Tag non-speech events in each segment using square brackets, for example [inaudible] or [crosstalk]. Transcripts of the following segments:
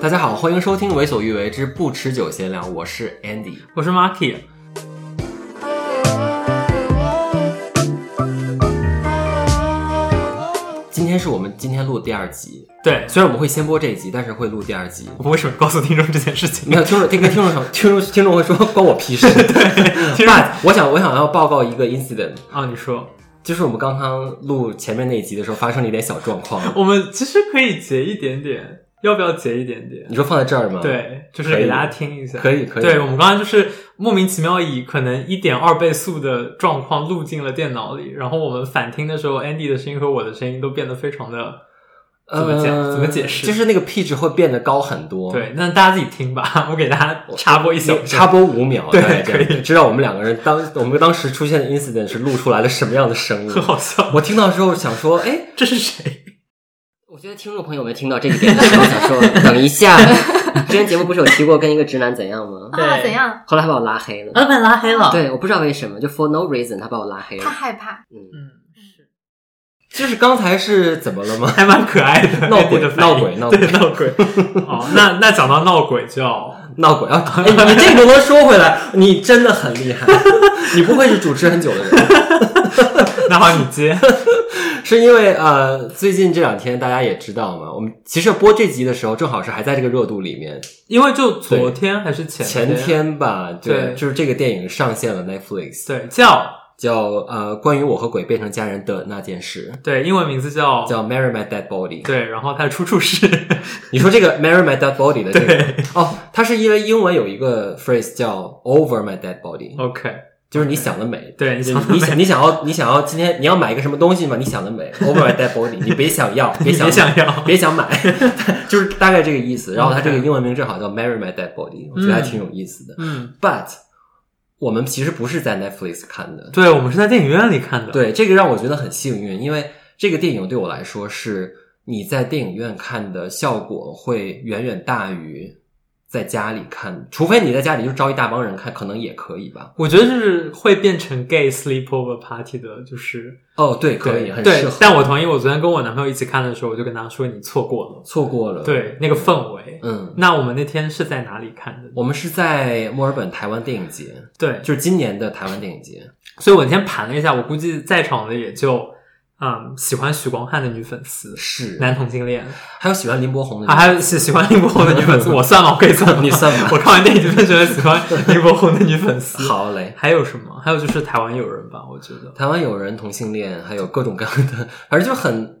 大家好，欢迎收听《为所欲为之不持久闲聊》，我是 Andy。我是 Marky，今天是我们今天录的第二集，对，虽然我们会先播这一集，但是会录第二集。我为什么告诉听众这件 [laughs] 事情？没有听众，这个听众说听众听众会说关我 [laughs] 屁事。 [laughs] 听众但我想我想要报告一个 incident，啊，你说，就是我们刚刚录前面那一集的时候发生了一点小状况。我们其实可以截一点点，要不要截一点点？你说放在这儿吗？，对，就是可以给大家听一下。可以可以。对我们刚刚就是莫名其妙以可能一点二倍速的状况录进了电脑里，然后我们反听的时候，Andy 的声音和我的声音都变得非常的哦怎么讲呃怎么解释就是那个 pitch 会变得高很多。。对。那大家自己听吧， [laughs] 我给大家插播一小你插播五秒，对对，可以知道我们两个人当我们当时出现的 incident 是录出来了什么样的声音 [laughs] [laughs] 很。好笑。我听到之后想说，哎，这是谁？我觉得听众朋友们听到这一点的时候，想说等一下，之前节目不是有提过跟一个直男怎样 [laughs] 吗？对啊，怎样？后来他把我拉黑了。老板拉黑了。对，我不知道为什么，就 for no reason，他把我拉黑了他。害怕，嗯，嗯，就是刚才是怎么了 [laughs] 吗？还蛮可爱的，闹鬼 [laughs] Andy 的反闹应鬼闹鬼对闹 [laughs] 鬼。哦，那那讲到闹鬼就要闹鬼啊！哎，你这个都说回来，你真的很厉害， [laughs] 你不愧是主持很久的人，那好，你 [laughs] 接。是因为呃，最近这两天大家也知道嘛，我们其实播这集的时候，正好是还在这个热度里面，因为就昨天还是前前天，天吧，对就是这个电影上线了 Netflix，对叫叫呃《关于我和鬼变成家人的那件事》。对英文名字叫叫 Marry My Dead Body。对，然后它的出处是你说这个 Marry My Dead Body 的这个哦，它是因为英文有一个 phrase 叫 Over My Dead Body，、 OK，就是你想得美。对你你想哎 [laughs] 你想你想要你想要今天你要买一个什么东西嘛？你想得美，Over My Dead Body，你别想要，别 [laughs] 你想别想要，别想买， [laughs] 就是大概这个意思。然后它这个英文名正好叫 Marry My Dead Body，我觉得还挺有意思的。嗯， But 我们其实不是在 Netflix 看的，对我们是在电影院里看的，对，这个让我觉得很幸运，因为这个电影对我来说是你在电影院看的效果会远远大于在家里看，除非你在家里就招一大帮人看，可能也可以吧。我觉得是会变成 gay sleepover party 的，就是哦，对，可以，对很对适合。但我同意，我昨天跟我男朋友一起看的时候，我就跟他说你错过了，错过了，，对那个氛围。嗯，那我们那天是在哪里看的？我们是在墨尔本台湾电影节，对，就是今年的台湾电影节。所以我那天盘了一下，我估计在场的也就嗯喜欢许光汉的女粉丝，是，男同性恋，还有喜欢林柏宏的啊，人，还有喜喜欢林柏宏的女粉丝，我算吗？我可以算吗？你算吧我看完电影就变成了 [laughs] 喜欢林柏宏的女粉丝。，好嘞。还有什么？还有就是台湾友人吧，我觉得。台湾有人同性恋，还有各种各样的，反正就很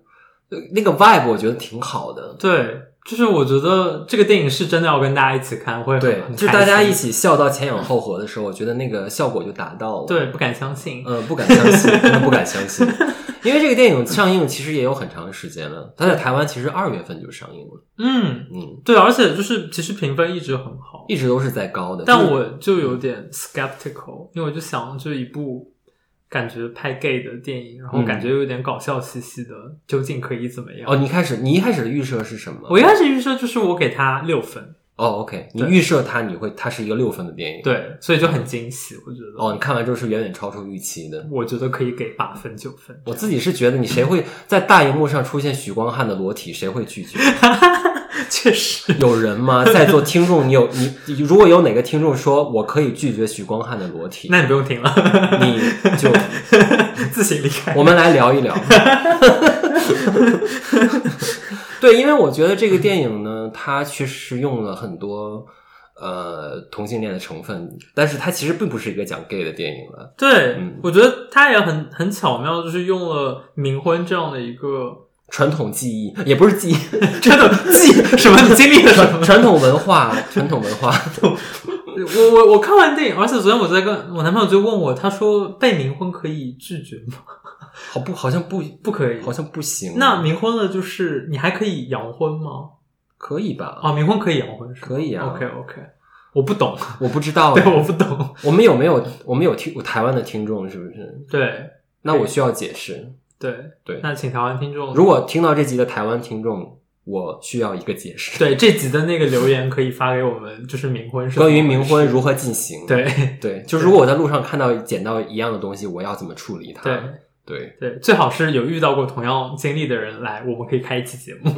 呃那个 vibe，我觉得挺好的。对，就是我觉得这个电影是真的要跟大家一起看，会很对，很就开大家心一起笑到前仰后合的时候，我觉得那个效果就达到了。对，，不敢相信。呃，不敢相信，真的不敢相信， [laughs] 因为这个电影上映其实也有很长时间了，它在台湾其实二月份就上映了，嗯，嗯，对，而且就是其实评分一直很好，一直都是在高的。但就是我就有点 skeptical，因为我就想，就一部感觉拍 gay 的电影，然后嗯感觉有点搞笑兮兮的，究竟可以怎么样？哦，你开始你一开始的预设是什么？我一开始预设就是我给他六分，哦，OK，你对预设它你会它是一个六分的电影，，对，所以就很惊喜，我觉得。哦，你看完之后是远远超出预期的。我觉得可以给八分九分。 [laughs] 我自己是觉得，你谁会在大荧幕上出现许光汉的裸体，谁会拒绝？ [laughs] 确实，有人吗？在座听众，你有你你如果有哪个听众说我可以拒绝许光汉的裸体，那你不用听了， [laughs] 你就自行离开。我们来聊一聊。 [laughs] 对，因为我觉得这个电影呢，它确实用了很多呃同性恋的成分，但是它其实并不是一个讲 gay 的电影了。对，嗯我觉得他也很很巧妙，就是用了冥婚这样的一个传统技艺也 [laughs] 不是技艺，真的记 [laughs] 什么？你经历了什传么？传统文化，传统文化。我我我看完电影，而且昨天我在跟我男朋友就问我，他说被冥婚可以拒绝吗？好不好像不不可以好。像不行。那冥婚了，就是你还可以阳婚吗？可以吧？啊，冥婚可以阳婚是吗可以啊哦 OK OK，我不懂，我不知道啊对，，我不 [laughs] 懂，我们有没有我们有听台湾的听众是不是？对那我需要解释。对对那请台湾听众如果听到这集的台湾听众，我需要一个解释。对这集的那个留言可以发给我们，就是冥婚是关于冥冥婚如何进行，对对，就如果我在路上看到捡到一样的东西，我要怎么处理它？对对，对，最好是有遇到过同样经历的人来，我们可以开一期节目。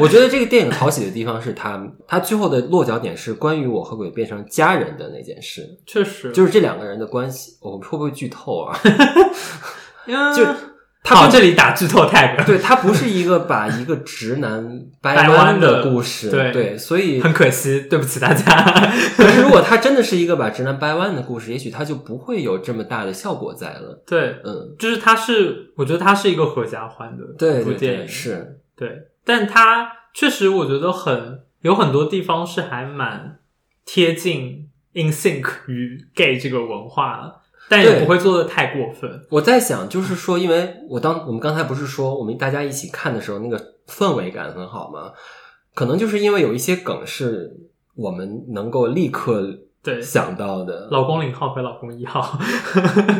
我觉得这个电影讨喜的地方是它，它最后的落脚点是关于我和鬼变成家人的那件事，确实，就是这两个人的关系，我们会不会剧透啊？ [laughs] 嗯就好，这里打剧透 tag，对，它不是一个把一个直男掰掰弯的的故事，对所以很可惜，对不起 [laughs] 大家。可是如果它真的是一个把直男掰弯的故事，也许它就不会有这么大的效果在了。对，嗯，就是它是，我觉得它是一个合家欢的对一部对电影，对，是，对，但它确实我觉得很有很多地方是还蛮贴近 in sync 与 gay 这个文化，但也对不会做的太过分。我在想，就是说，因为我当我们刚才不是说我们大家一起看的时候，那个氛围感很好吗？可能就是因为有一些梗是我们能够立刻对，想到的，老公零号和老公一号，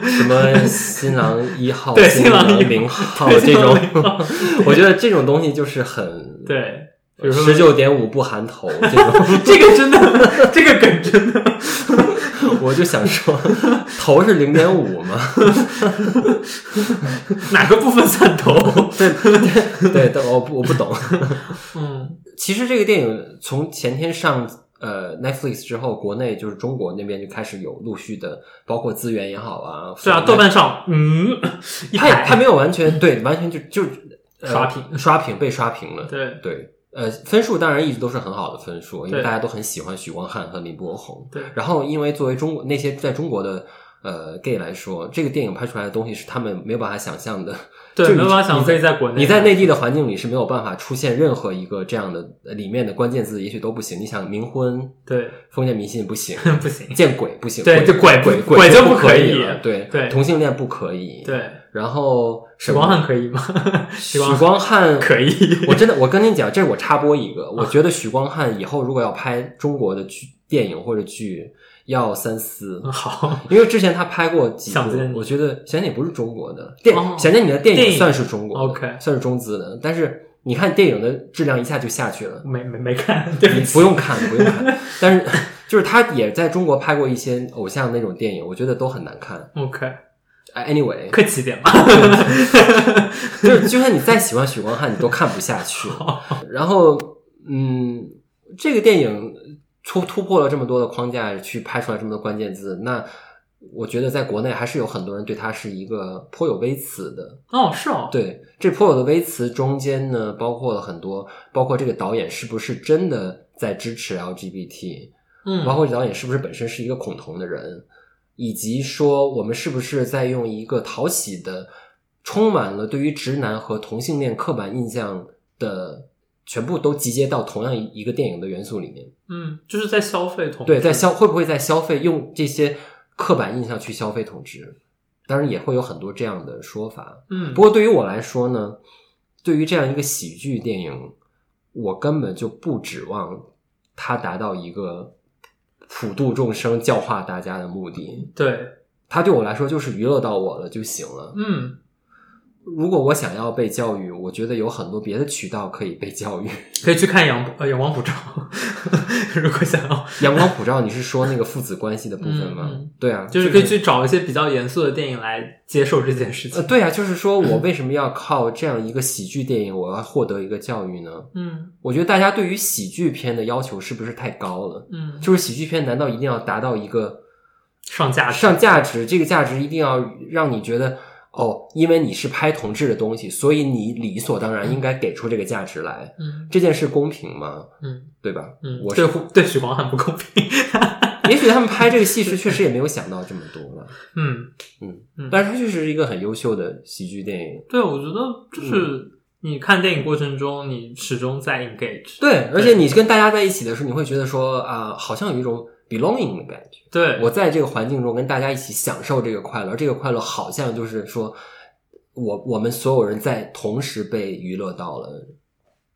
什 [laughs] 么新郎一号、对新新郎一号零号对这新种郎零 [laughs] 号，我觉得这种东西就是很对，比如说，十九点五不含头这种 [laughs] 这个真的， [laughs] 这个梗真的，我就想说，头是零点五嘛，哪个部分算头？ [laughs] 对对对，但我不我不懂。嗯，其实这个电影从前天上呃 Netflix 之后，国内就是中国那边就开始有陆续的，包括资源也好啊，对啊，豆瓣上嗯一它也它排，没有完全对，完全就就、呃 [laughs] 刷屏刷屏被刷屏了， [laughs] 对对。呃，分数当然一直都是很好的分数，因为对大家都很喜欢许光汉和林柏宏。对然后因为作为中国那些在中国的呃 gay 来说，这个电影拍出来的东西是他们没有办法想象的，对，就没有你办法想你可以在国内，你在内地的环境里是没有办法出现任何一个这样的呃里面的关键字，也许都不行。你想冥婚、对 [laughs] 封建迷信不行，不行，见鬼不行，对就鬼鬼不鬼鬼就就不可可以了，对对同性恋不可以，。对，然后许什光么汉可以吗？ [laughs] 许许光汉光汉可以，啊我真的，我跟你讲，这是我插播一个，我觉得许光汉以后如果要拍中国的剧、电影或者剧，要三思。嗯好，因为之前他拍过几部想见，你我觉得《想见你》不是中国的电，哦想见你》的电电影影算是中国的 OK 算是中资的，但是你看电影的质量一下就下去了，没没没看， [laughs] 对你不不起，用看，不用看。但是 [laughs] 就是他也在中国拍过一些偶像那种电影，我觉得都很难看。 OK，哎 Anyway，客气点嘛， [laughs] 就是就算你再喜欢许光汉，你都看不下去。然后，嗯，这个电影突突破了这么多的框架，去拍出来这么多关键字，那我觉得在国内还是有很多人对它是一个颇有微词的。 [laughs] 哦是哦，对，这颇有的微词中间呢，包括了很多，包括这个导演是不是真的在支持 LGBT，嗯，包括导演是不是本身是一个恐同的人，以及说我们是不是在用一个讨喜的、充满了对于直男和同性恋刻板印象的，全部都集结到同样一个电影的元素里面。嗯，就是在消费同对，志在消会不会在消费用这些刻板印象去消费统治？当然也会有很多这样的说法。嗯，不过对于我来说呢，对于这样一个喜剧电影，我根本就不指望它达到一个普度众生、教化大家的目的。对，它对我来说就是娱乐到我了就行了。嗯，如果我想要被教育，我觉得有很多别的渠道可以被教育。 [laughs] 可以去看阳呃阳光普照， [laughs] 如果想要，阳光普照，你是说那个父子关系的部分吗？嗯嗯对啊，就是可以去找一些比较严肃的电影来接受这件事呃，情，对啊，就是说我为什么要靠这样一个喜剧电影，我要获得一个教育呢？嗯我觉得大家对于喜剧片的要求是不是太高了？嗯，就是喜剧片难道一定要达到一个上架上价值？这个价值一定要让你觉得哦，因为你是拍同志的东西，所以你理所当然应该给出这个价值来。嗯这件事公平吗？嗯对吧？嗯，我是对胡对许光汉不公平， [laughs] 也许他们拍这个戏时确实也没有想到这么多吧，嗯，但是它确实是一个很优秀的喜剧电影。对，我觉得嗯就是你看电影过程中，你始终在 engage，对，而且你跟大家在一起的时候，你会觉得说啊、好像有一种 belonging 的感觉。 [laughs] 对，我在这个环境中跟大家一起享受这个快乐，而这个快乐好像就是说，我我们所有人在同时被娱乐到了。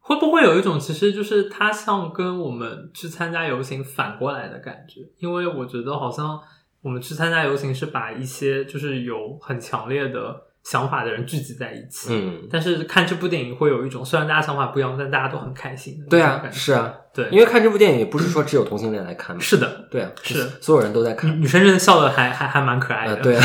会不会有一种其实就是它像跟我们去参加游行反过来的感觉？因为我觉得好像我们去参加游行是把一些就是有很强烈的想法的人聚集在一起。嗯，但是看这部电影会有一种，虽然大家想法不一样，但大家都很开心。对啊，是，啊，对，因为看这部电影也不是说只有同性恋来看嘛，是的，对啊，是所有人都在女看，女生真的笑的还还还蛮可爱啊，的。对 [laughs] 啊，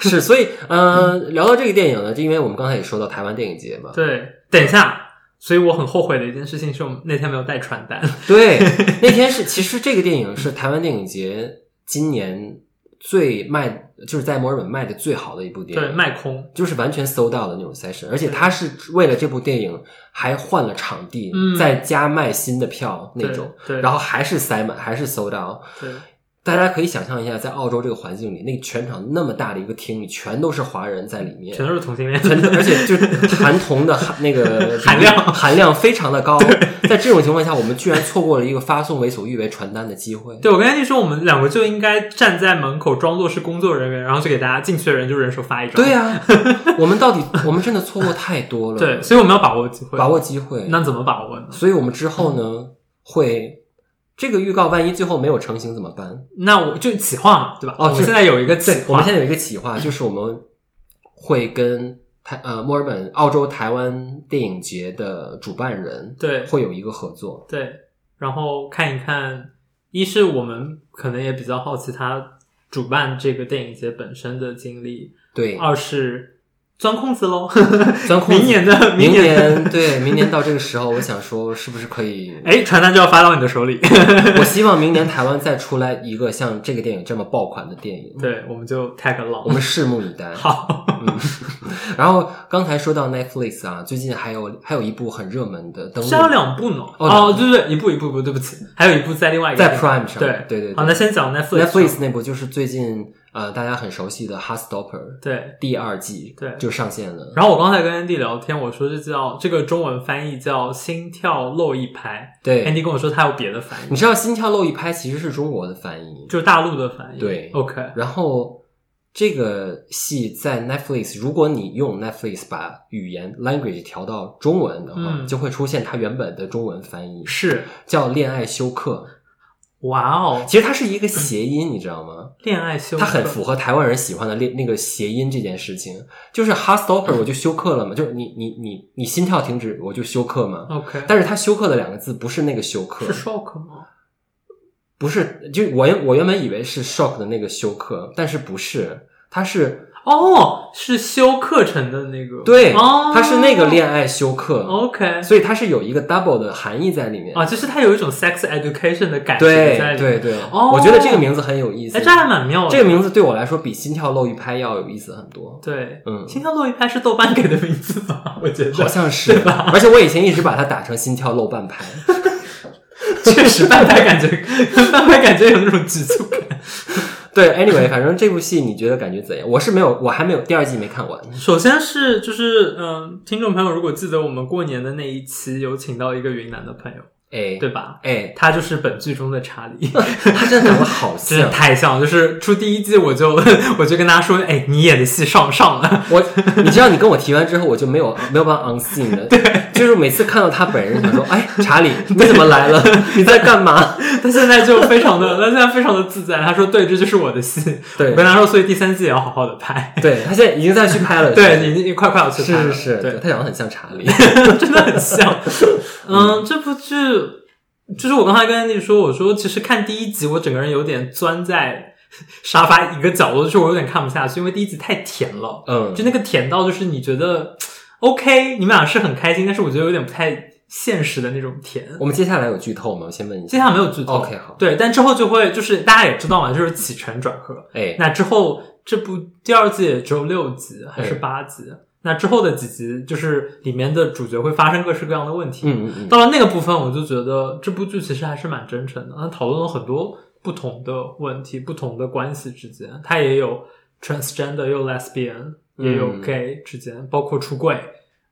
是，所以，呃，聊到这个电影呢，就因为我们刚才也说到台湾电影节嘛，对，等一下，所以我很后悔的一件事情是我们那天没有带传 [laughs] 单。对，那天是其实这个电影是台湾电影节今年最卖，就是在墨尔本卖的最好的一部电影，对，卖空。就是完全搜到的那种 session，而且他是为了这部电影还换了场地，嗯在家卖新的票那种，对对然后还是塞满，还是搜到。对，大家可以想象一下，在澳洲这个环境里，那全场那么大的一个厅里，全都是华人在里面，全都是同性恋。全而且 [laughs] 就是含铜的含那个含量含量非常的高。在这种情况下，我们居然错过了一个发送为所欲为传单的机会。对，我跟安迪说，我们两个就应该站在门口装作是工作人员，然后就给大家进去的人就人手发一张。对、呀、我们到底我们真的错过太多了，对，，所以我们要把握机会。把握机会。那怎么把握呢？所以我们之后呢，嗯会这个预告万一最后没有成型怎么办？那我就企划嘛，对吧？哦我们是现在有一个企对，我划们，现在有一个企划，就是我们会跟台呃墨尔本澳洲台湾电影节的主办人对会有一个合作。对，然后看一看，一是我们可能也比较好奇他主办这个电影节本身的经历，对，二是钻空子喽，钻空子明年的明年的，年对明年到这个时候，我想说是不是可以？哎，传单就要发到你的 [laughs] 手里，我希望明年台湾再出来一个像这个电影这么爆款的电影，对，我们就 tag 我浪，们拭目以待。好，嗯，然后刚才说到 Netflix 啊，最近还有还有一部很热门的登是要陆两部呢，哦哦，对对，对一步一步一步，对不起，还有一部在另外一个在地方 Prime 上，对对对好，那先讲 Netflix Netflix 那部就是最近呃大家很熟悉的《Heartstopper》对。第二季，对就上线了。然后我刚才跟 Andy 聊天，我说这叫这个中文翻译叫“心跳漏一拍”。对， Andy 跟我说他有别的翻译你，知道《心跳漏一拍》其实是中国的翻译，就是大陆的翻译。对，OK，然后这个戏在 Netflix，如果你用 Netflix 把语言 language 调到中文的话，嗯就会出现它原本的中文翻译，是，叫《恋爱休克哇哦》。，其实它是一个谐音，你知道吗？恋爱修，它很符合台湾人喜欢的恋那个谐音这件事情，就是 h a r s t o 嗯 p p e r 我就休克了嘛，就是你你你你心跳停止我就休克嘛。 OK，但是它休克的两个字不是那个休克是，shock 吗？不是，就我原我原本以为是 shock 的那个休克，但是不是，它是哦，是修课程的那个，对，哦，它是那个恋爱休克， ，OK，所以它是有一个 double 的含义在里面啊，。就是它有一种 sex education 的感觉对在里面。对对，哦我觉得这个名字很有意思。哎，这还蛮妙的。这个名字对我来说比心跳漏一拍要有意思很多。对，嗯心跳漏一拍是豆瓣给的名字吧？我觉得好像是对吧，而且我以前一直把它打成心跳漏半 [laughs] 拍。确实半拍感觉， [laughs] 半拍感觉有那种急促感。对，anyway，反正这部戏你觉得感觉怎样？我是没有，我还没有第二季没看完。首先是就是嗯、听众朋友如果记得我们过年的那一期有请到一个云南的朋友，哎，对吧？哎，他就是本剧中的查理，他真的长得好真 [laughs] 的像太像了。就是出第一季我就 [laughs] 我就跟他说，哎，你演的戏上不上了。 [laughs] 我，你知道你跟我提完之后，我就没有没有办法 on scene [laughs] 的，对，就是每次看到他本人，想说，哎，查理，你怎么来了？你在干 [laughs] 嘛？他现在就非常 [laughs] 的，他现在非常的自在。他说，对，这就是我的戏。对我跟他说，所以第三季也要好好的拍。对他现在已经在去拍了，对，你你快快要去是拍是了，是，对对，，他长得很像查 [laughs] 理，真的 [laughs] 很像。嗯，这部剧就是我刚才跟你说，我说其实看第一集，我整个人有点钻在 [laughs] 沙发一个角落，就是我有点看不下去，因为第一集太甜了，嗯，就那个甜到就是你觉得 OK，你们俩是很开心，但是我觉得有点不太现实的那种甜。我们接下来有剧透吗？我先问一接下，下来没有剧透 OK，好对，但之后就会就是大家也知道嘛，就是起承转合，哎，那之后这部第二季也只有六集还是八集？那之后的几集就是里面的主角会发生各式各样的问题。嗯嗯嗯，到了那个部分，我就觉得这部剧其实还是蛮真诚的，它讨论了很多不同的问题、不同的关系之间，它也有 transgender，也有 lesbian，也有嗯 gay 之间，包括出柜，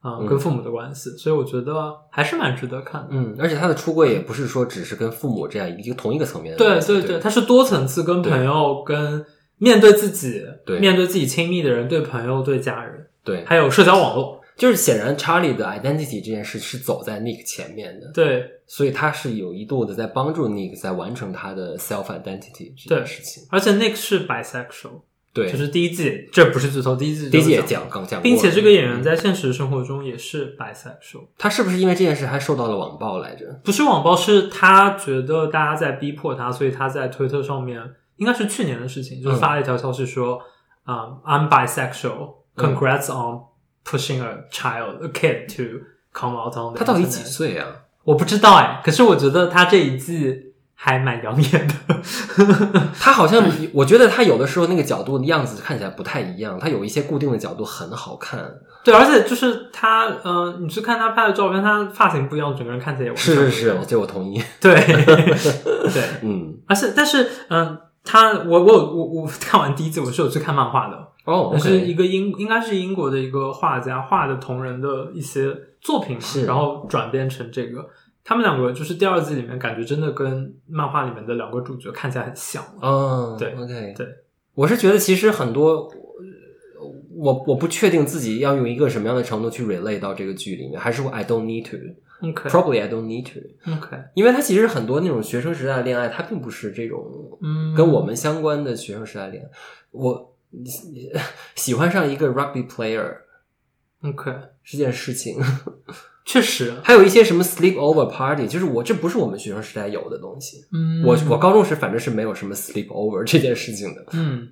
嗯、嗯跟父母的关系，所以我觉得还是蛮值得看的。嗯，而且他的出柜也不是说只是跟父母这样一个同一个层面的对东西，对对，它是多层次，跟朋友，跟面对自己，对面对自己亲密的人，对朋友，对家人，对，还有社交网络。就是显然查理的 identity 这件事是走在 Nick 前面的，对，所以他是有一度的在帮助 Nick 在完成他的 self identity 这件事情。而且 Nick 是 bisexual，对，就是第一季，这不是剧透，第一季第一季也就讲刚讲过，并且这个演员在现实生活中也是 bisexual，他是不是因为这件事还受到了网暴来着？不是网暴，是他觉得大家在逼迫他，所以他在推特上面应该是去年的事情，就是发了一条消息说，啊、i m bisexual, 嗯 congrats on pushing a child, a kid to come out on。他到底几？岁啊？我不知道哎，可是我觉得他这一季还蛮养眼的。 [laughs] 他好像我觉得他有的时候那个角度的样子看起来不太一样，他有一些固定的角度很好看。对，而且就是他，嗯、你去看他拍的照片，他发型不一样，整个人看起来也完全是不一是样。是，这我同意。对 [laughs] 对，嗯，而且但是，嗯、他我我有我我看完第一季，我是有去看漫画的，哦那是一，OK，个英应该是英国的一个画家画的同人的一些作品嘛是，然后转变成这个。他们两个就是第二季里面，感觉真的跟漫画里面的两个主角看起来很像。嗯，对，OK，对，我是觉得其实很多。我我不确定自己要用一个什么样的程度去 relate 到这个剧里面，还是我 I don't need to，probably OK I don't need to， OK，因为它其实很多那种学生时代的恋爱，它并不是这种嗯，跟我们相关的学生时代恋爱，我你你喜 [laughs] 欢上一个 rugby player OK，这件事情， [laughs] 确实，还有一些什么 sleepover party，就是我这不是我们学生时代有的东西。嗯，我我高中时反正是没有什么 sleepover 这件事情的。嗯，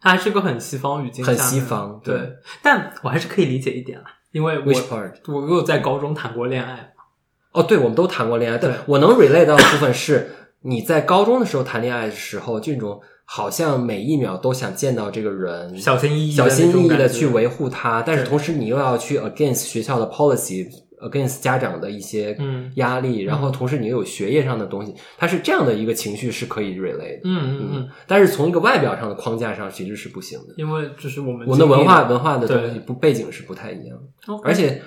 它还是个很西方语境下很面，西方对对但我还是可以理解一点啊，因为我 Which part？我我有在高中谈过恋爱，哦，对，我们都谈过恋爱，但对我能 relate 到的部分是你在高中的时候谈恋爱的时候，这种好像每一秒都想见到这个人，小心翼翼的小那种心翼翼的感觉去维护他，但是对同时你又要去 against 学校的 policy，against 家长的一些嗯压力，然后同时你又有学业上的东西，它是这样的一个情绪是可以 relate 的，嗯嗯嗯，，但是从一个外表上的框架上其实是不行的。因为就是我们我们的经历文化文化的东西对不背景是不太一样的， OK [laughs] 而且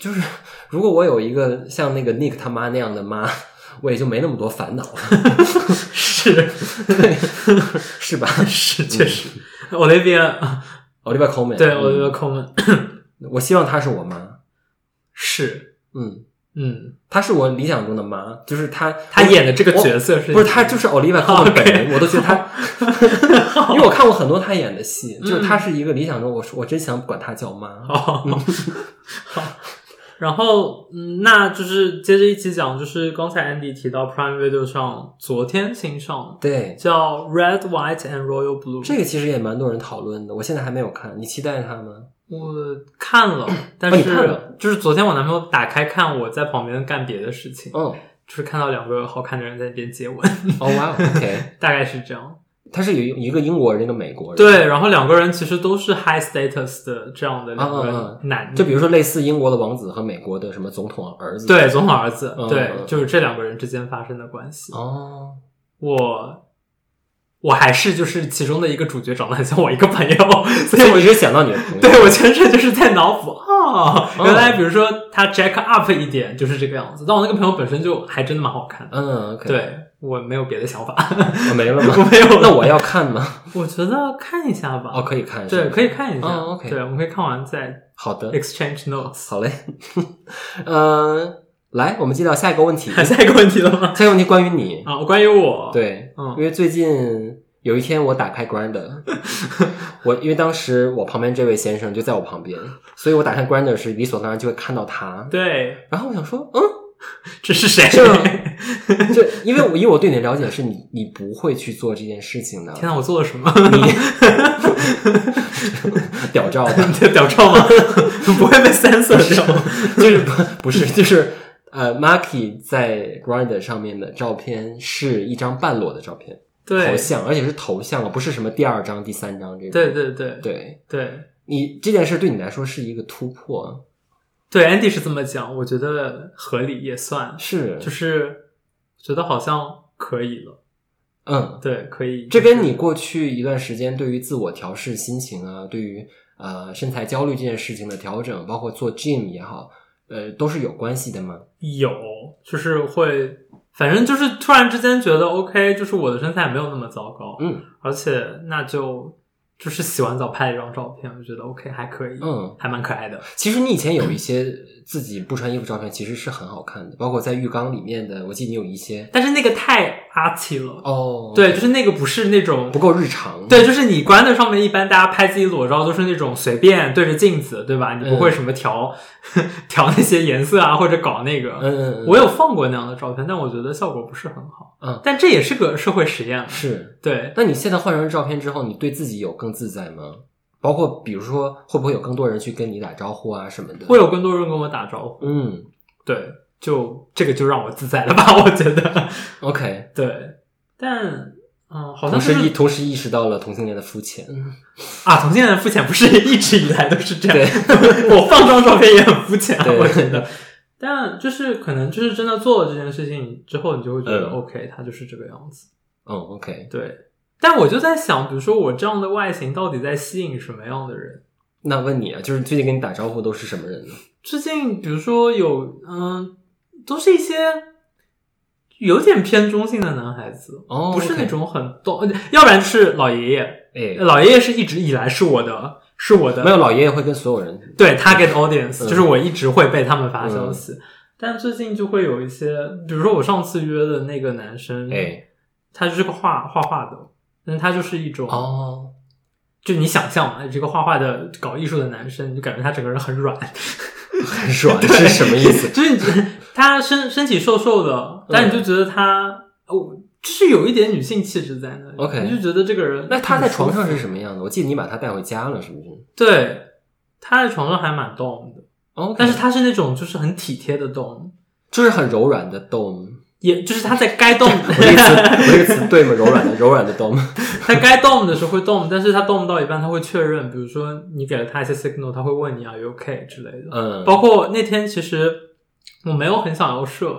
就是如果我有一个像那个 Nick 他妈那样的妈， [laughs] 我也就没那么多烦恼了， [laughs] 是是嗯吧？是确实，Olivia 嗯我这边 comment，对嗯 Olivia Colman 我希望她是我妈，是嗯，嗯，她是我理想中的妈，就是她她演的这个角色。色是不是她，就是 Olivia Colman 本人，我都觉得她， [laughs] 因为我看过很多她演的戏，就是嗯她是一个理想中，我说我真想管她叫妈。哦， [laughs] 好。然后，嗯，那就是接着一起讲，就是刚才 Andy 提到 Prime Video 上昨天新上对，叫 Red, White and Royal Blue。这个其实也蛮多人讨论的，我现在还没有看，你期待它吗？我看了，但哦你看是了就是昨天我男朋友打开看，我在旁边干别的事情，哦，就是看到两个好看的人在那边接吻， [laughs] 哦哇，OK。大概是这样。他是有一个英国人，一个美国人。，对，然后两个人其实都是 high status 的这样的两嗯嗯个男，就比如说类似英国的王子和美国的什么总统儿子。，对总统儿子，嗯对嗯，嗯就是这两个人之间发生的关系。哦，我我还是就是其中的一个主角长得很像我一个朋友， [laughs] 所以所以我 [laughs] 我一直想到你的朋友。对我全程就是在脑补啊，嗯原来比如说他 jack up 一点就是这个样子，但我那个朋友本身就还真的蛮好看的，嗯，OK，，对我没有别的想法， [laughs] 我没了我 [laughs] 吗？没有，那我要看吗？我觉得看一下吧，哦，可以看。是对，吗可以。看一下、哦，OK 对，我们可以看完再好的， exchange notes。好嘞。 [laughs] 嗯，来，我们接到下一个问 [laughs] 题。还下下一个问题了吗？一个问题关于你。啊，关于我，，对，嗯因为最近有一天我打开 Grinder，我因为当时我旁边这位先生就在我旁边，所以我打开 Grinder 是理所当然就会看到他。对，然后我想说，嗯，这是谁？ [laughs] 这 [laughs] 这，因为我以我对你的了解是你，你不会去做这件事情的，天哪，我做了什么？ [laughs] [laughs] 屌照吧？这屌照 [laughs] 吗？不会被 censor 掉吗？就是不不是就是呃，Marky 在 Grind 上面的照片是一张半裸的照片，头对，像，而且是头像哦，不是什么第二张、第三张这种。对对对对对你这件事对你来说是一个突破，对，Andy 是这么讲，我觉得合理也算，是就是觉得好像可以了，嗯，对，可以。这跟你过去一段时间对于自我调试心情啊，对于呃身材焦虑这件事情的调整，包括做 gym 也好，呃，都是有关系的吗？有，就是会，反正就是嗯突然之间觉得 OK，就是我的身材没有那么糟糕，嗯，而且那就就是洗完澡拍了一张照片，我就觉得 OK 还可以，嗯，还蛮可爱的。其实你以前有一些自己不穿衣服照片，其实是很好看的，包括在浴缸里面的，我记得你有一些但是那个太阿气了，哦，对，就是那个不是那种不够日常，对，就是你关在上面，一般大家拍自己裸照都是那种随便对着镜子，对吧？你嗯不会什么调、 [laughs] 调那些颜色啊，或者搞那个。嗯，嗯，嗯我有放过那样的照片，但我觉得效果不是很好。嗯但这也是个社会实验了。是。对，那你现在换成照片之后，你对自己有更自在吗？包括比如说，会不会有更多人去跟你打招呼啊什么的？会，有更多人跟我打招呼。嗯对，就这个就让我自在了吧， [laughs] 我觉得。 ，OK。对，但嗯，好像同就时意是同时意识到了同性恋的肤浅，嗯啊，同性恋的肤浅不是 [laughs] 一直以来都是这对样。 [laughs] 我放张照片也很肤浅啊，对我觉得。但就是可能就是真的做了这件事情之后，你就会觉得嗯 OK，它就是这个样子。嗯，OK。对。但我就在想，比如说我这样的外形到底在吸引什么样的人？那问你啊，就是最近跟你打招呼都是什么人呢？最近比如说有嗯，都是一些有点偏中性的男孩子，哦不是 OK 那种很懂，呃要不然就是老爷爷。哎，老爷爷是一直以来是我的，是我的没有，老爷爷会跟所有人，对 target audience，、嗯就是我一直会被他们发消息。但最近就会有一些，比如说我上次约的那个男生，哎，他就是个画画画的，但他就是一种，哦，就你想象嘛，这个画画的搞艺术的男生，你就感觉他整个人很 [laughs] 软，很爽是什么意思？ [laughs] 就是你觉得他身身体瘦瘦嗯的，但你就觉得他，哦，就是有一点女性气质在那里 OK 你就觉得这个人，那他在床上是什么样的？我记得你把他带回家了，是不是？对，他在床上还蛮动的，哦，但是他是那种就是很体贴的动。就是很柔软的 dom，也就是他在该 [laughs] 动，我这个词，我这个词对吗？柔软的，柔软的 dom，他该动的时候会动，但是他动到一半他会确认，比如说你给了他一些 signal，他会问你 are you okay 之类的。嗯包括那天其实我没有很想要射，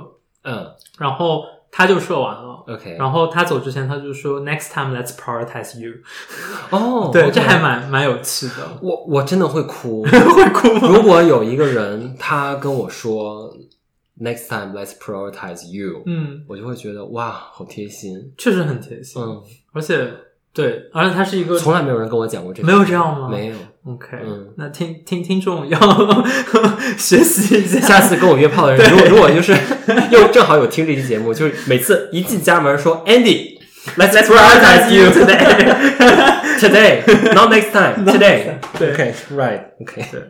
嗯然后他就射完了。 ，OK，然后他走之前，他就说 “Next time, let's prioritize you。哦，对 OK 这还蛮蛮有趣的。 [laughs] 我我真的会哭。会哭吗？如果有一个人他跟我说 “next time let's prioritize you”，嗯，我就会觉得哇，好贴心。确实很贴心。嗯，而且对，而且他是一个从来没有人跟我讲过这个，没有这样吗没有。 OK，、嗯那听听听众要 [laughs] 学习一下，下次跟我约炮的 [laughs] 人，如果如果就是又正好有听这期节目，就是每次一进家门说 Andy。Let's let's prioritize you today, [laughs] today, not next time, [laughs] today. 对 OK, right, OK. 对，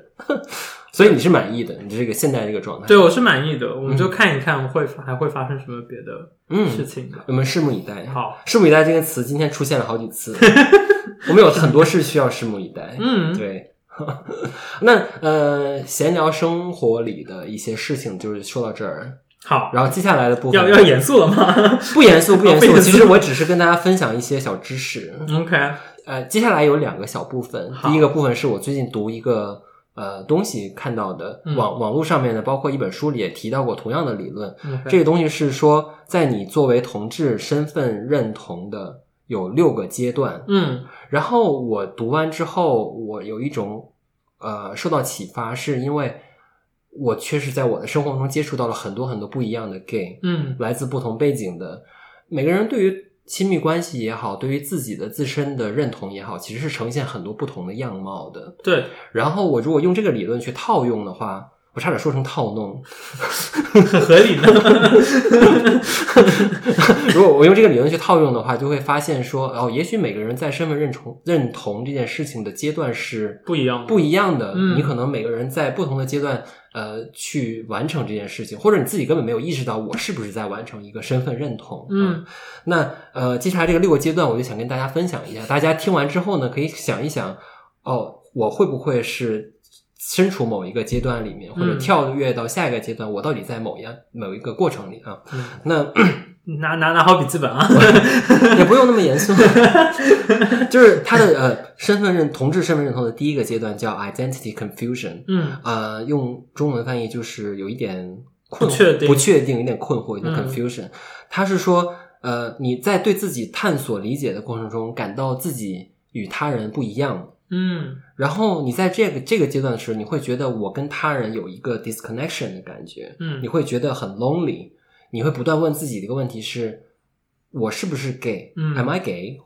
[laughs] 所以你是满意的，你这个现在这个状态。对，我是满意的，我们就看一看会发、还会发生什么别的事嗯，情吧。我们拭目以待。好，拭目以待这个词今天出现了好几次， [laughs] 我们有很多事需要拭目以待。嗯，对。 [laughs] 那呃，闲聊生活里的一些事情就是说到这儿，好，然后接下来的部分要要严肃了吗 [laughs] 不严肃，不严不肃。严其肃实我只是跟大家分享一些小知识。 ？OK，呃，接下来有两个小部分，好第一个部分是我最近读一个呃东西看到的，嗯网网络上面的，包括一本书里也提到过同样的理论。 OK 这个东西是说，在你作为同志身份认同的有六个阶段，嗯然后我读完之后，我有一种呃受到启发，是因为我确实在我的生活中接触到了很多很多不一样的 gay，嗯来自不同背景的每个人，对于亲密关系也好，对于自己的自身的认同也好，其实是呈现很多不同的样貌的。对，然后我如果用这个理论去套用的话，我差点说成套弄， [laughs] 很合理的。如果我用这个理论去套用的话，就会发现说，哦，也许每个人在身份认同认同这件事情的阶段是 [laughs] 不一样的不一样的。嗯你可能每个人在不同的阶段，呃，去完成这件事情，或者你自己根本没有意识到我是不是在完成一个身份认同。啊嗯，那呃，接下来这个六个阶段，我就想跟大家分享一下，大家听完之后呢，可以想一想，哦，我会不会是。身处某一个阶段里面，或者嗯跳跃到下一个阶段，我到底在某样某一个过程里啊？嗯 [laughs] 那拿拿拿好笔记本啊。也不用那么严肃， [laughs] 就是他的呃身份认同志身份认同的第一个阶段叫 identity confusion，嗯呃，用中文翻译就是有一点困惑不确定不确定，有点困惑，有点嗯 confusion。他是说，呃，你在对自己探索理解的过程中，感到自己与他人不一样，嗯然后你在这个这个阶段的时候，你会觉得我跟他人有一个 disconnection 的感觉，你嗯会觉得很 lonely，你会不断问自己的一个问题是：我是不是 gay？Am、嗯 I gay？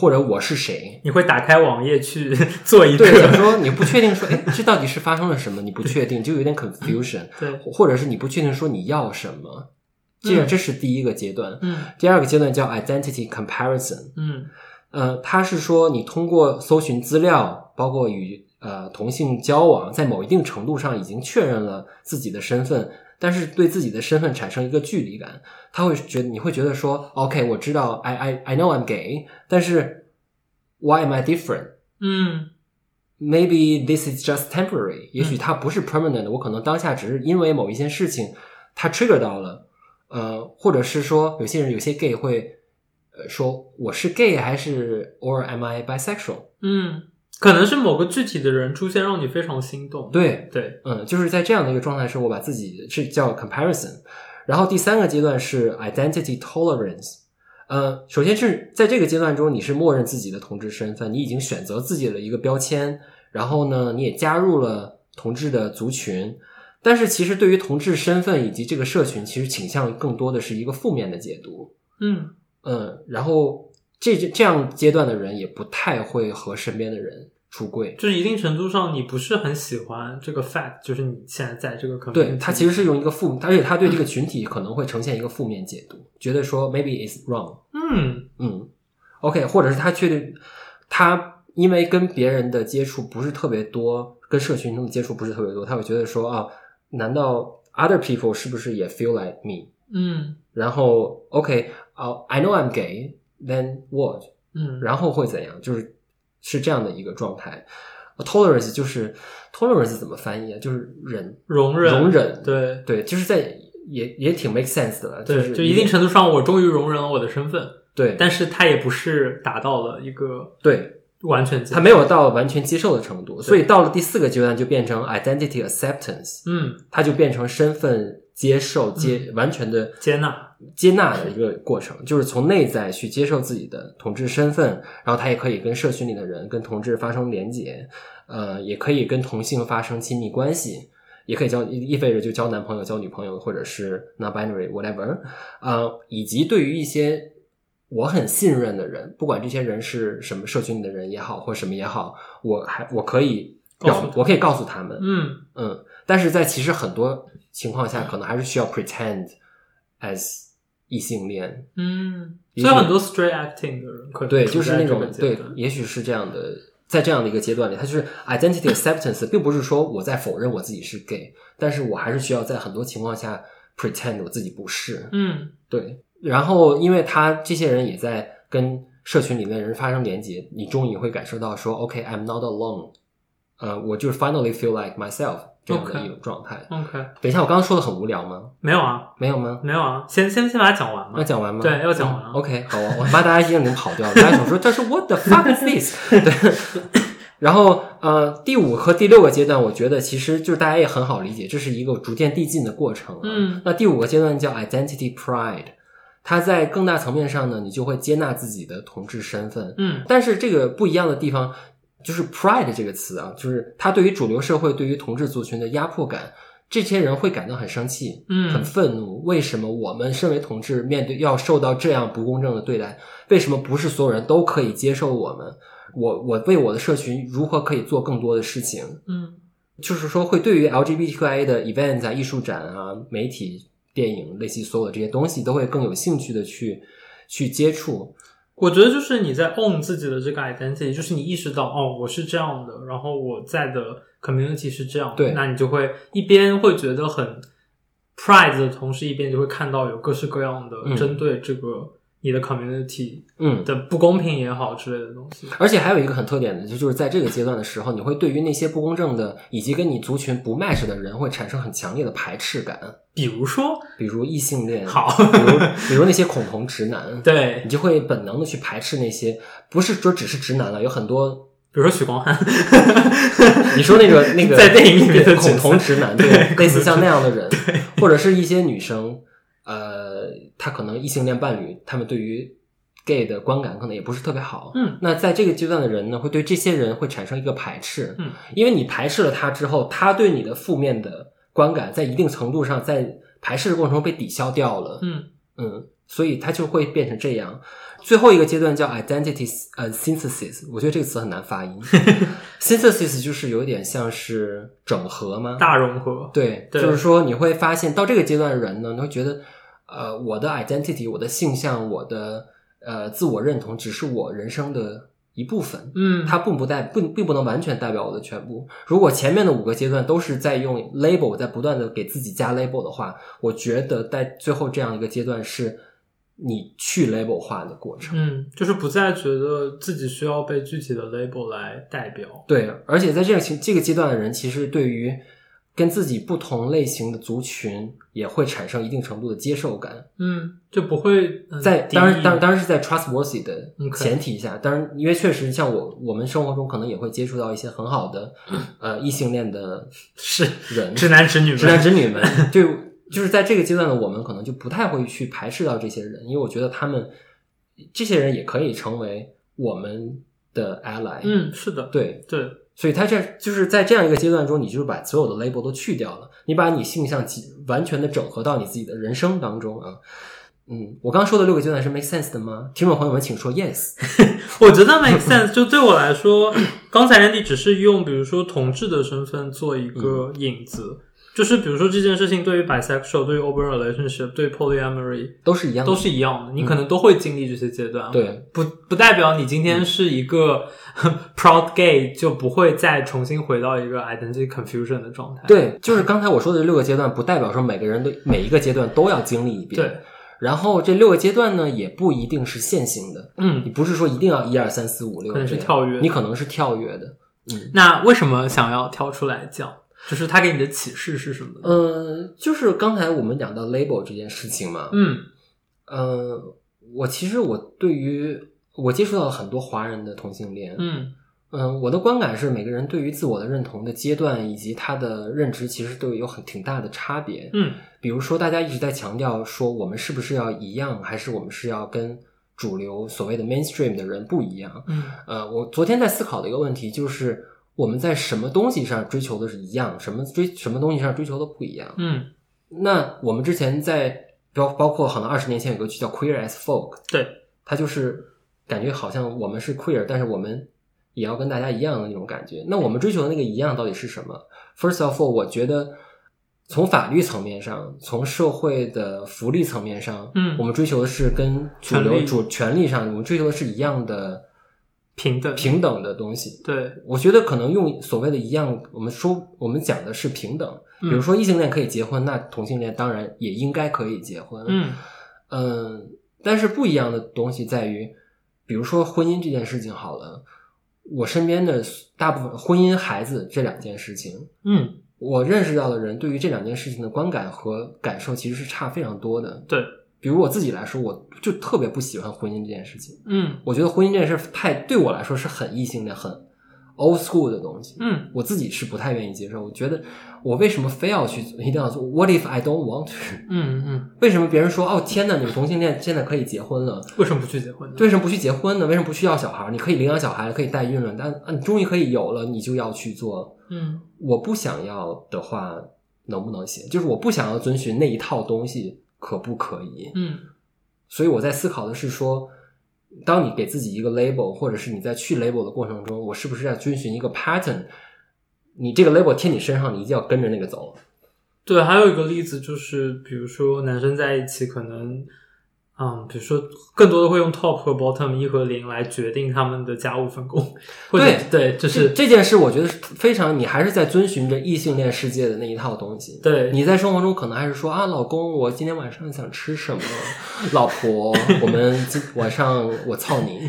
或者我是 [laughs] 谁。你会打开网页去做一对，想个，说你不确定说，哎，这到底是发生了什么？你不确定，就有点 confusion，对，或者是你不确定说你要什么。这嗯这是第一个阶段，嗯第二个阶段叫 identity comparison。嗯呃，它是说你通过搜寻资料，包括与呃同性交往，在某一定程度上已经确认了自己的身份，但是对自己的身份产生一个距离感，他会觉得你会觉得说，OK，我知道，I I I know I'm gay，但是 Why am I different？嗯 maybe this is just temporary，也许它不是 permanent，、的，我可能当下只是因为某一件事情它 trigger 到了，呃，或者是说有些人有些 gay 会呃说我是 gay 还是 or am I bisexual？嗯，可能是某个具体的人出现让你非常心动，对，对，嗯，就是在这样的一个状态时候，我把自己是叫 comparison。然后第三个阶段是 identity tolerance。呃，首先是在这个阶段中，你是默认自己的同志身份，你已经选择自己的一个标签，然后呢，你也加入了同志的族群。但是，其实对于同志身份以及这个社群，其实倾向于更多的是一个负面的解读。嗯嗯，然后这这样阶段的人也不太会和身边的人出柜，就是一定程度上，你不是很喜欢这个 fact，就是你现在在这个 community，对他其实是用一个负，而且他对这个群体可能会呈现一个负面解读，觉得说 maybe it's wrong，嗯嗯，OK，或者是他确定他因为跟别人的接触不是特别多，跟社群中的接触不是特别多，他会觉得说啊，难道 other people 是不是也 feel like me？嗯然后 OK，哦、i know I'm gay，then what？嗯，然后会怎样？就是是这样的一个状态。tolerance 就是 tolerance 怎么翻译啊？就是忍容忍容忍对对，就是在也也挺 make sense 的了，对，是就一定程度上，我终于容忍了我的身份，对，但是他也不是达到了一个对完全接他没有到完全接受的程度，所以到了第四个阶段就变成 identity acceptance，嗯它就变成身份接受接、完全的接纳，接纳的一个过程，就是从内在去接受自己的同志身份，然后他也可以跟社群里的人、跟同志发生连结，呃，也可以跟同性发生亲密关系，也可以交意味着就交男朋友、交女朋友，或者是 non-binary whatever，呃，以及对于一些我很信任的人，不管这些人是什么社群里的人也好，或什么也好，我还我可以告诉表他，我可以告诉他们，嗯嗯，但是在其实很多情况下，可能还是需要 pretend as 异性恋。嗯，也所以许很多 straight acting 的人可能对，处就是在那这个种阶对段，也许是这样的，在这样的一个阶段里，它就是 identity acceptance，并不是说我在否认我自己是 gay，但是我还是需要在很多情况下 pretend 我自己不是。嗯对，然后因为他这些人也在跟社群里面的人发生连接，你终于会感受到说，OK，I'm、not alone，呃，我就是 finally feel like myself 这样的 OK 一种状态。 ，OK，等一下，我刚刚说的很无聊吗？没有啊，没有吗？没有啊，先先先把它讲完嘛要，讲完吗？对要讲完啊嗯 OK，好，我我怕大家已经领跑掉了，大家想说 [laughs] 这是 What the fuck is this？对。 [laughs] 然后呃，第五和第六个阶段，我觉得其实就是大家也很好理解，这是一个逐渐递进的过程、啊。嗯，那第五个阶段叫 identity pride，它在更大层面上呢，你就会接纳自己的同志身份，嗯但是这个不一样的地方就是 pride 这个词啊，就是它对于主流社会对于同志族群的压迫感，这些人会感到很生气，嗯很愤怒。为什么我们身为同志面对要受到这样不公正的对待？为什么不是所有人都可以接受我们？我我为我的社群如何可以做更多的事情？嗯就是说，会对于 LGBTQIA 的 event 啊、艺术展啊、媒体、电影，类似于所有的这些东西，都会更有兴趣的去去接触。我觉得就是你在 own 自己的这个 identity，就是你意识到哦，我是这样的，然后我在的 community 是这样的，对那你就会一边会觉得很 pride 的同时，一边就会看到有各式各样的嗯针对这个你的 community 嗯，的不公平也好之类的东西。而且还有一个很特点的，就是在这个阶段的时候，你会对于那些不公正的以及跟你族群不 match 的人，会产生很强烈的排斥感，比如说，比如异性恋，好比如比如那些恐同直男，对你，就会本能的去排斥那些不是说只是直男了，有很多比如说许光汉， [laughs] 你说那个那个 [laughs] 在电影里面的对恐同直男， [laughs] 对对， [laughs] 类似恐同像那样的人，或者是一些女生，呃，她可能异性恋伴侣，他们对于 gay 的观感可能也不是特别好，嗯那在这个阶段的人呢，会对这些人会产生一个排斥，嗯，因为你排斥了他之后，他对你的负面的观感在一定程度上在排斥的过程中被抵消掉了，嗯，嗯，所以它就会变成这样。最后一个阶段叫 identity 呃 synthesis，我觉得这个词很难发音。synthesis 就是有点像是整合吗？大融合，对，对就是说你会发现到这个阶段的人呢，你会觉得，呃，我的 identity，我的性向，我的呃自我认同，只是我人生的一部分，嗯，它并不代并并不能完全代表我的全部。如果前面的五个阶段都是在用 label，在不断的给自己加 label 的话，我觉得在最后这样一个阶段是你去 label 化的过程。嗯，就是不再觉得自己需要被具体的 label 来代表，对，而且在这个情这个阶段的人，其实对于跟自己不同类型的族群也会产生一定程度的接受感。嗯，就不会、嗯在当敌然，意当然，当然是在 trustworthy 的 OK 前提下。当然，因为确实像我，我们生活中可能也会接触到一些很好的嗯呃异性恋 [laughs] 的是人，直男直女们，直男直女们，就就是在这个阶段的我们，可能就不太会去排斥到这些人，因为我觉得他们这些人也可以成为我们的 ally。，嗯，是的，对，对，所以他这就是在这样一个阶段中，你就是把所有的 label 都去掉了，你把你性向集完全的整合到你自己的人生当中啊。嗯，我刚说的六个阶段是 make sense 的吗？听众朋友们，请说 yes。我觉得 make sense。就对我来说，刚才 Randy 只是用比如说同志的身份做一个嗯引子，就是比如说这件事情对于 bisexual、对于 open relationship、对于 polyamory 都是一样的，都是一样的，你可能都会经历这些阶段。，嗯对不不代表你今天嗯是一个 [laughs] proud gay 就不会再重新回到一个 identity confusion 的状态。对，就是刚才我说的六个阶段，不代表说每个人的每一个阶段都要经历一遍。，对，然后这六个阶段呢，也不一定是线性的，嗯。你不是说一定要一二三四五六，可能是跳跃你可能是跳跃的。那为什么想要挑出来讲？就是他给你的启示是什么呢？嗯，就是刚才我们讲到 label 这件事情嘛，嗯呃，我其实我对于我接触到了很多华人的同性恋，嗯嗯、我的观感是每个人对于自我的认同的阶段以及他的认知，其实都有很挺大的差别。嗯比如说，大家一直在强调说我们是不是要一样，还是我们是要跟主流所谓的 mainstream 的人不一样？嗯呃，我昨天在思考的一个问题就是。我们在什么东西上追求的是一样，什么追什么东西上追求的不一样？嗯，那我们之前在包包括可能二十年前有个剧叫 Queer as Folk，对，它就是感觉好像我们是 queer，但是我们也要跟大家一样的那种感觉。那我们追求的那个一样到底是什么？First of all，我觉得从法律层面上，从社会的福利层面上，嗯我们追求的是跟主权流利主权利上，我们追求的是一样的平等平等的东西。对，嗯我觉得可能用所谓的一样，我们说我们讲的是平等，比嗯如说异性恋可以结婚，那同性恋当然也应该可以结婚。嗯嗯，但是不一样的东西在于，比如说婚姻这件事情好了，我身边的大部分婚姻、孩子这两件事情，嗯，我认识到的人对于这两件事情的观感和感受其实是差非常多的。对，比如我自己来说，我就特别不喜欢婚姻这件事情，嗯我觉得婚姻这件事太对我来说是很异性的、很 old school 的东西。嗯我自己是不太愿意接受，我觉得我为什么非要去一定要做？What if I don't want to？ [laughs] 嗯嗯，为什么别人说哦天哪，你们同性恋现在可以结婚了？为什么不去结婚呢？为什么不去结婚呢？为什么不去要小孩儿？你可以领养小孩，可以代孕了，但啊你终于可以有了，你就要去做。嗯我不想要的话，能不能行？就是我不想要遵循那一套东西，可不可以？嗯所以我在思考的是说，当你给自己一个 label，或者是你在去 label 的过程中，我是不是要遵循一个 pattern？你这个 label 贴你身上，你一定要跟着那个走。对，还有一个例子就是，比如说男生在一起，可能嗯，比如说更多的会用 top 和 bottom 一和零来决定他们的家务分工，或者对对，就这是这件事，我觉得是非常，你还是在遵循着异性恋世界的那一套东西。对你在生活中可能还是说啊，老公，我今天晚上想吃什么？老婆，我们今晚上我操你，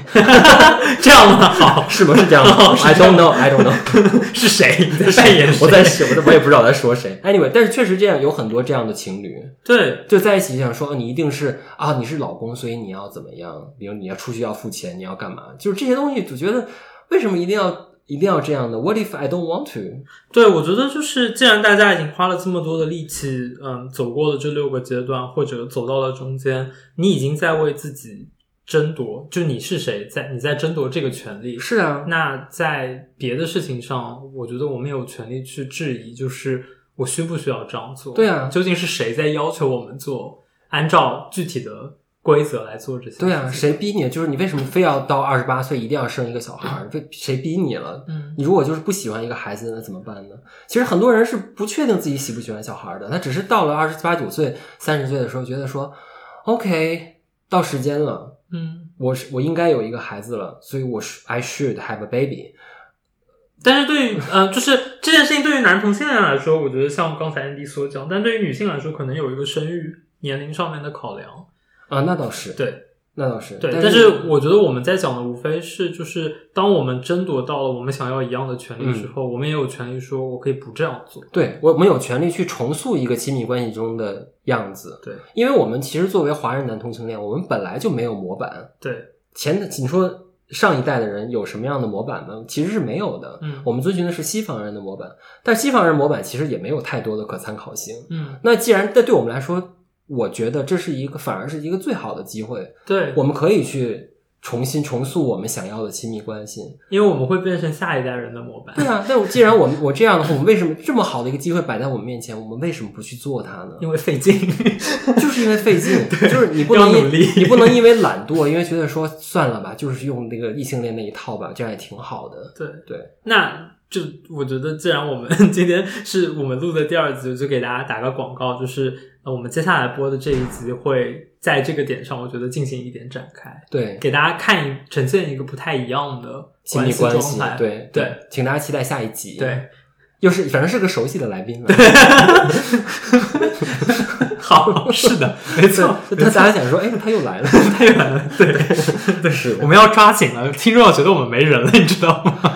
这样吗？好， [laughs] 是不是这样哦？I don't know, I don't know。 [laughs] 是谁你在扮演谁？我在想，我在我也不知道我在说谁。Anyway，但是确实这样有很多这样的情侣，对就在一起想说你一定是啊，你是老公，所以你要怎么样？比如你要出去要付钱，你要干嘛？就是这些东西，我觉得为什么一定要一定要这样的？What if I don't want to？对，我觉得就是，既然大家已经花了这么多的力气，嗯，走过了这六个阶段，或者走到了中间，你已经在为自己争夺，就你是谁，在你在争夺这个权利。是啊，那在别的事情上，我觉得我们有权利去质疑，就是我需不需要这样做？对啊究竟是谁在要求我们做按照具体的规则来做这些。对啊，？谁逼你？就是你为什么非要到二十八岁一定要生一个小孩儿？为谁逼你了？嗯，你如果就是不喜欢一个孩子，那怎么办呢？其实很多人是不确定自己喜不喜欢小孩的，他只是到了二十八九岁、三十岁的时候，觉得说，OK，到时间了，嗯，我是我应该有一个孩子了，所以我是 I should have a baby。但是对于呃，就是这件事情对于男同性恋来说，我觉得像刚才安迪所讲，但对于女性来说，可能有一个生育年龄上面的考量。啊，那倒是，对那倒是，对，但但是我觉得我们在讲的无非是，就是当我们争夺到了我们想要一样的权嗯利之后，我们也有权利说我可以不这样做。对我们有权利去重塑一个亲密关系中的样子，对因为我们其实作为华人男同性恋，我们本来就没有模板。对，前的你说上一代的人有什么样的模板呢？其实是没有的。嗯我们遵循的是西方人的模板，但西方人模板其实也没有太多的可参考性。嗯，那既然这对我们来说，我觉得这是一个反而是一个最好的机会，对，我们可以去重新重塑我们想要的亲密关系。因为我们会变成下一代人的模板对。啊，那我既然我们我这样的话，我们为什么这么好的一个机会摆在我们面前，我们为什么不去做它呢？因为费劲，就是因为费 [laughs] 劲，就是你不要能因努力 [laughs] 你不能因为懒惰，因为觉得说算了吧，就是用那个异性恋那一套吧，这样也挺好的。 [laughs] 对对，那就我觉得，既然我们 [laughs] 今天是我们录的第二集，我就给大家打个广告，就是呃，我们接下来播的这一集会在这个点上，我觉得进行一点展开，对，给大家看一呈现一个不太一样的亲密关系系状态，。对对，请大家期待下一集。啊对， [laughs] 又是反正是个熟悉的来宾了。啊好，是 [laughs] 的，没错，就他大家想说，哎，他又 [laughs] 来了。太远了，对 [laughs] 对，是的 [laughs] 我们要抓紧了，听众要觉得我们没人了，你知道吗？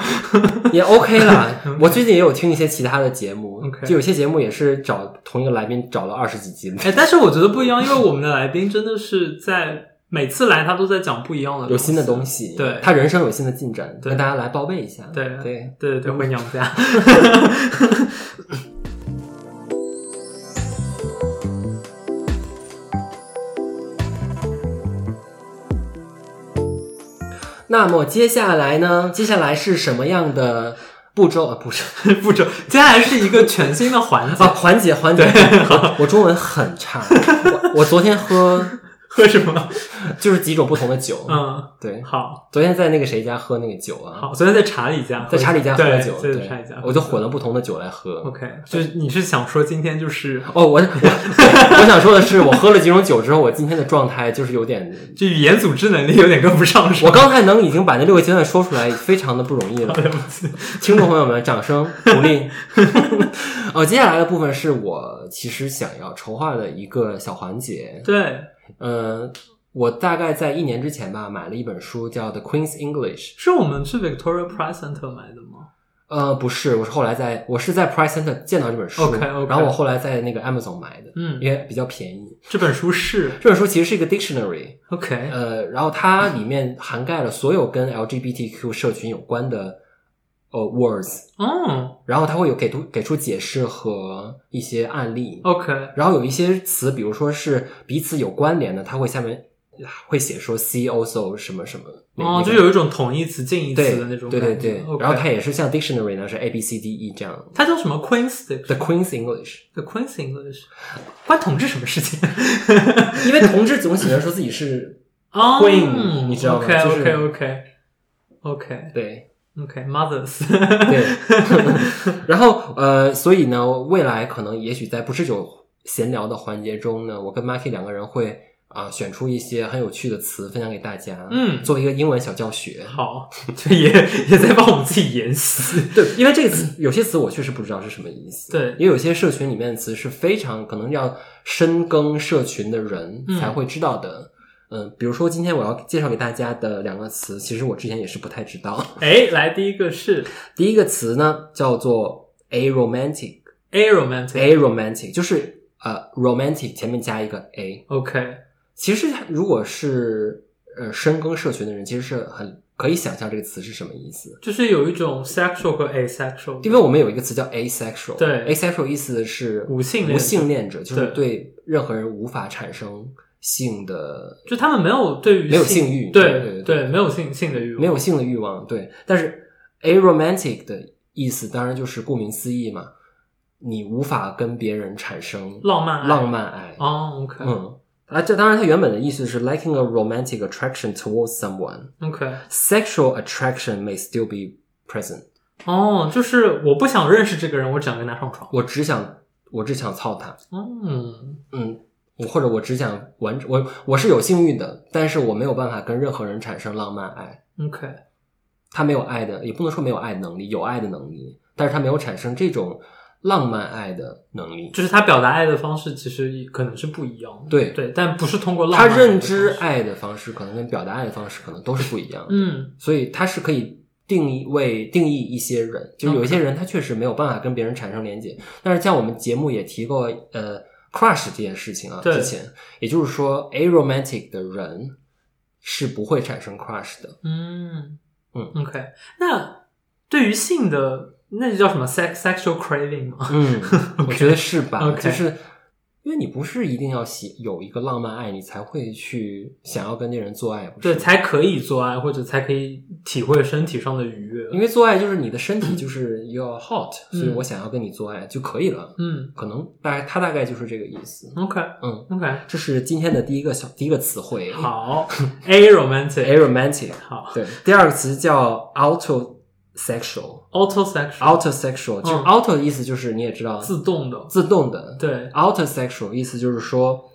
也 OK 啦。我最近也有听一些其他的节目 OK 就有些节目也是找同一个来宾找了二十几集， [laughs] 哎，但是我觉得不一样，因为我们的来宾真的是在每次来他都在讲不一样的，有新的东西。西，对他人生有新的进展，对跟大家来报备一下。对对，对对对，回娘家。那么接下来呢？接下来是什么样的步骤？啊，不是步骤，接下来是一个全新的环啊，[laughs] 节，环节环节。我我中文很差，我我昨天喝喝什么？就是几种不同的酒，嗯，对，好昨天在那个谁家喝那个酒啊，好，昨天在查理家在喝，查理家喝的对酒，对，对查理家喝，我就混了不同的酒来喝。 OK，就是你是想说今天就是哦，我我我想说的是，我喝了几种酒之后，我今天的状态就是有点，这语言组织能力有点跟不上，是我吧？刚才能已经把那六个阶段说出来，非常的不容易了。 [laughs] 对不起，听众朋友们，掌声鼓励。哦，接下来的部分是我其实想要筹划的一个小环节。对，呃，我大概在一年之前吧，买了一本书叫《The Queen's English》。是我们去 Victoria Price Center 买的吗？呃，不是，我是后来在我是在 Price Center 见到这本书 OK，OK 然后我后来在那个 Amazon 买的，嗯，因为比较便宜。这本书是这本书其实是一个 dictionary， OK，呃，然后它里面涵盖了所有跟 LGBTQ 社群有关的呃 words，哦然后它会有给出给出解释和一些案例， ，OK，然后有一些词，比如说是彼此有关联的，它会下面会写说 see also 什么什么，那哦，那就个有一种同义词近义对词的那种对感对觉，对 OK 然后它也是像 dictionary 呢是 A B C D E 这样它叫什么 Queen's ，The Queen's English， [laughs] The Queen's English，关同志什么事情？因为同志总喜欢说自己是 [laughs] 哦 Queen，你知道吗 OK 就是 OK OK OK 对 OK Mothers，对， [laughs] 然后呃，所以呢，未来可能也许在不持久闲聊的环节中呢，我跟 Marky 两个人会啊、选出一些很有趣的词分享给大家，嗯做一个英文小教学。好，就也也在帮我们自己研习。对，因为这个词有些词我确实不知道是什么意思，对也有些社群里面的词是非常可能要深耕社群的人嗯才会知道的。嗯，比如说今天我要介绍给大家的两个词，其实我之前也是不太知道。 [laughs] 哎，来第一个是第一个词呢叫做 aromantic， aromantic。 a romantic 就是呃 romantic 前面加一个 a。 OK，其实如果是呃深耕社群的人，其实是很可以想象这个词是什么意思，就是有一种 sexual 和 asexual，因为我们有一个词叫 asexual，对，asexual 意思是无性恋无性恋者，就是对对任何人无法产生性的就他们没有对于没有性欲对对对对对，没有性性的欲望，没有性的欲望，对。但是 a romantic 的意思当然就是顾名思义嘛，你无法跟别人产生浪漫爱浪漫爱，哦，OK，嗯，啊，这当然，它原本的意思是 liking a romantic attraction towards someone。 OK， Sexual attraction may still be present。哦，就是我不想认识这个人，我只想跟他上床。我只想，我只想操他。嗯，嗯，我或者我只想完，我我是有性欲的，但是我没有办法跟任何人产生浪漫爱。 OK，他没有爱的，也不能说没有爱的能力，有爱的能力，但是他没有产生这种浪漫爱的能力。就是他表达爱的方式其实可能是不一样的。对对，但不是通过浪他漫。认知，爱的方式可能跟表达爱的方式可能都是不一样的，嗯所以他是可以定义为定义一些人，就是有一些人他确实没有办法跟别人产生连接，但是像我们节目也提过，呃，crush 这件事情啊，对之前也就是说，aromantic 的人是不会产生 crush 的，嗯嗯，OK，那对于性的那就叫什么 sex sexual craving 吗？ [laughs] 嗯，我觉得是吧 OK 就是。因为你不是一定要喜有一个浪漫爱，你才会去想要跟那人做爱，不是对，吗才可以做爱，或者才可以体会身体上的愉悦。因为做爱就是你的身体就是要 hot，、嗯所以我想要跟你做爱就可以了。嗯可能大概他大概就是这个意思。 ，OK 嗯， OK，这是今天的第一个小第一个词汇好，A [laughs] romantic， ，aromantic。好对，第二个词叫 autosexual。 ，auto sexual， autosexual 嗯就是 auto 的意思就是你也知道自动的，自动的对， ，autosexual 意思就是说，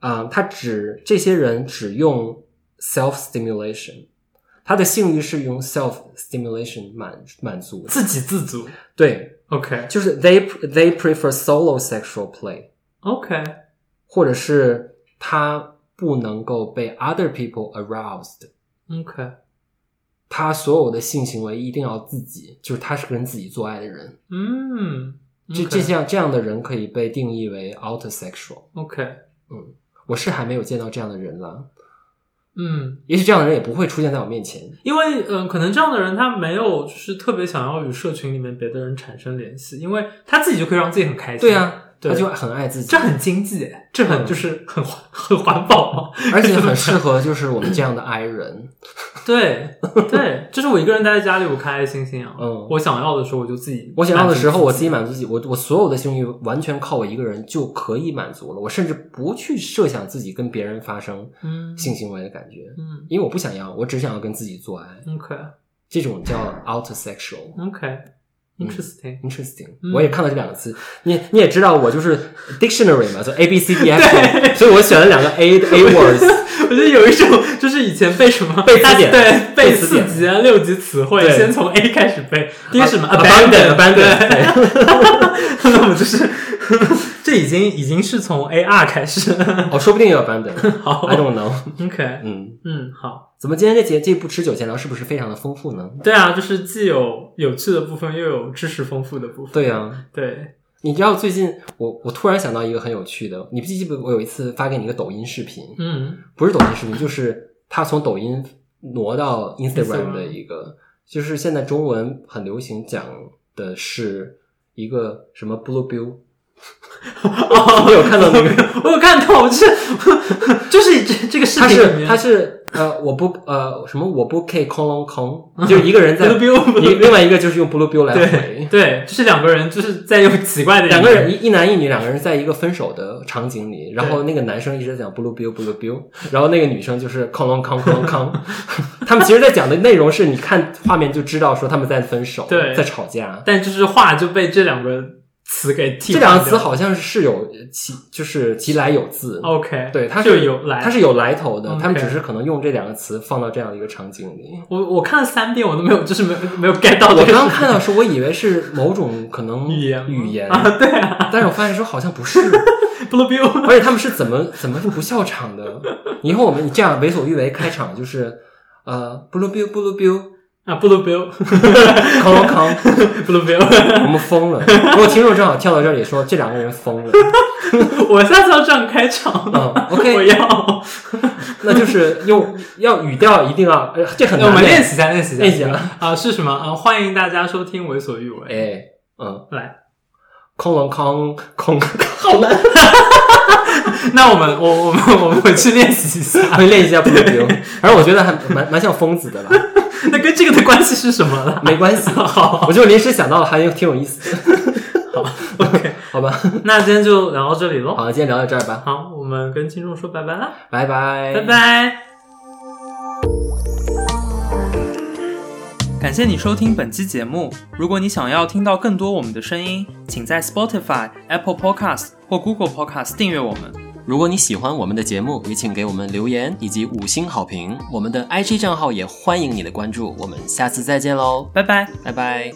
啊、他只这些人只用 self stimulation，他的性欲是用 self stimulation 满满足的。自给自足。对， OK 就是 they they prefer solo sexual play， OK，或者是他不能够被 other people aroused， OK，他所有的性行为一定要自己，就是他是跟自己做爱的人。嗯，这这样这样的人可以被定义为 out sexual。 OK，嗯，我是还没有见到这样的人啦，嗯，也许这样的人也不会出现在我面前。因为嗯、呃可能这样的人他没有就是特别想要与社群里面别的人产生联系，因为他自己就可以让自己很开心。对啊，对他就很爱自己这，很经济耶，这很嗯就是很环很环保 [laughs] 嘛。而且很适合就是我们这样的 i 人。对对，就是我一个人待在家里，我开开心心啊。嗯我想要的时候我就自己，我想要的时候，我自己满足自己，我我所有的性欲完全靠我一个人就可以满足了，我甚至不去设想自己跟别人发生嗯性行为的感觉，嗯因为我不想要，我只想要跟自己做爱， ，OK 这种叫 out sexual。 OK 嗯 interesting， Interesting，、嗯我也看到这两个词，你你也知道我就是 dictionary 嘛，就 A B C D F，G，所以我选了两个 A A words， [laughs] 我觉得有一种就是以前背什么背词典对，背背词四典级啊六级词汇，对啊先从 A 开始背，第一个是什么 abandon abandon，对对 [laughs] 那我们就是 [laughs] 这已经已经是从 A R 开始了。 [laughs] 哦，说不定有 abandon，I 好 don't know， ，OK，嗯，嗯，好，怎么今天这节这部持久闲聊是不是非常的丰富呢？对啊，就是既有有趣的部分，又有知识丰富的部分。对呀、啊对，你知道最近我我突然想到一个很有趣的，你不记不记得我有一次发给你一个抖音视频， [laughs] 嗯不是抖音视频，就是他从抖音挪到 Instagram Instagram 的一个，就是现在中文很流行讲的是一个什么 blue bill，哦 [laughs] 你有看到那个？我有看到，我就是就是这这个视他频里是面，他是呃我不呃什么我不 K 空龙 [laughs] 空，就一个人在 Blue Bill 一另外一个就是用 blue bill 来对回。对，就是两个人就是在用奇怪的两个人一一男一女两个人在一个分手的场景里，然后那个男生一直在讲 blue bill blue bill，然后那个女生就是哐啷哐啷哐， [laughs] 他们其实在讲的内容是你看画面就知道说他们在分手，对在吵架。但就是话就被这两个词给替这换两个掉词好像是有其就是其来有自， OK，对，它就是有哦来，它是有来头的，他们 OK 只是可能用这两个词放到这样的一个场景里。我我看了三遍，我都没有 [laughs] 就是没有没有 get 到 [laughs] 这我个刚事看到时，我以为是某种可能语言吗语言，啊，对 [laughs] 啊但是我发现说好像不是。 [laughs] ，blue bill，而且他们是怎么怎么不笑场的？以后我们这样为所欲为开场就是，呃，不噜 biu 不噜 biu，啊 [laughs]，blue bill，blue 康康 [laughs] 康， bill， [laughs] 我们疯了。如果听众正好跳到这里说这两个人疯了，我下次要这样开场嗯 [laughs] 我，OK，要，那就是用要语调一定要，呃这很那难。我们练习一下，练习一下，练习啊，啊，是什么？啊，欢迎大家收听《为所欲为》。哎，嗯，来，空龙康空，好难，那我们我我们我们回去练习 [laughs] 一下。会练一下不噜 biu。反正我觉得还蛮蛮像疯子的吧，那跟这个的关系是什么了？ [laughs] 没关系， [laughs] 好 [laughs] 我就临时想到了，还挺有意思的。 ，OK，好吧，那今天就聊到这里喽。好，今天聊到这儿吧，好，我们跟听众说拜拜啦，拜拜，拜。拜。感谢你收听本期节目。如果你想要听到更多我们的声音，请在 Spotify、Apple Podcast 或 Google Podcast 订阅我们。如果你喜欢我们的节目，也请给我们留言以及五星好评。我们的 IG 账号也欢迎你的关注。我们下次再见喽，拜拜。拜拜。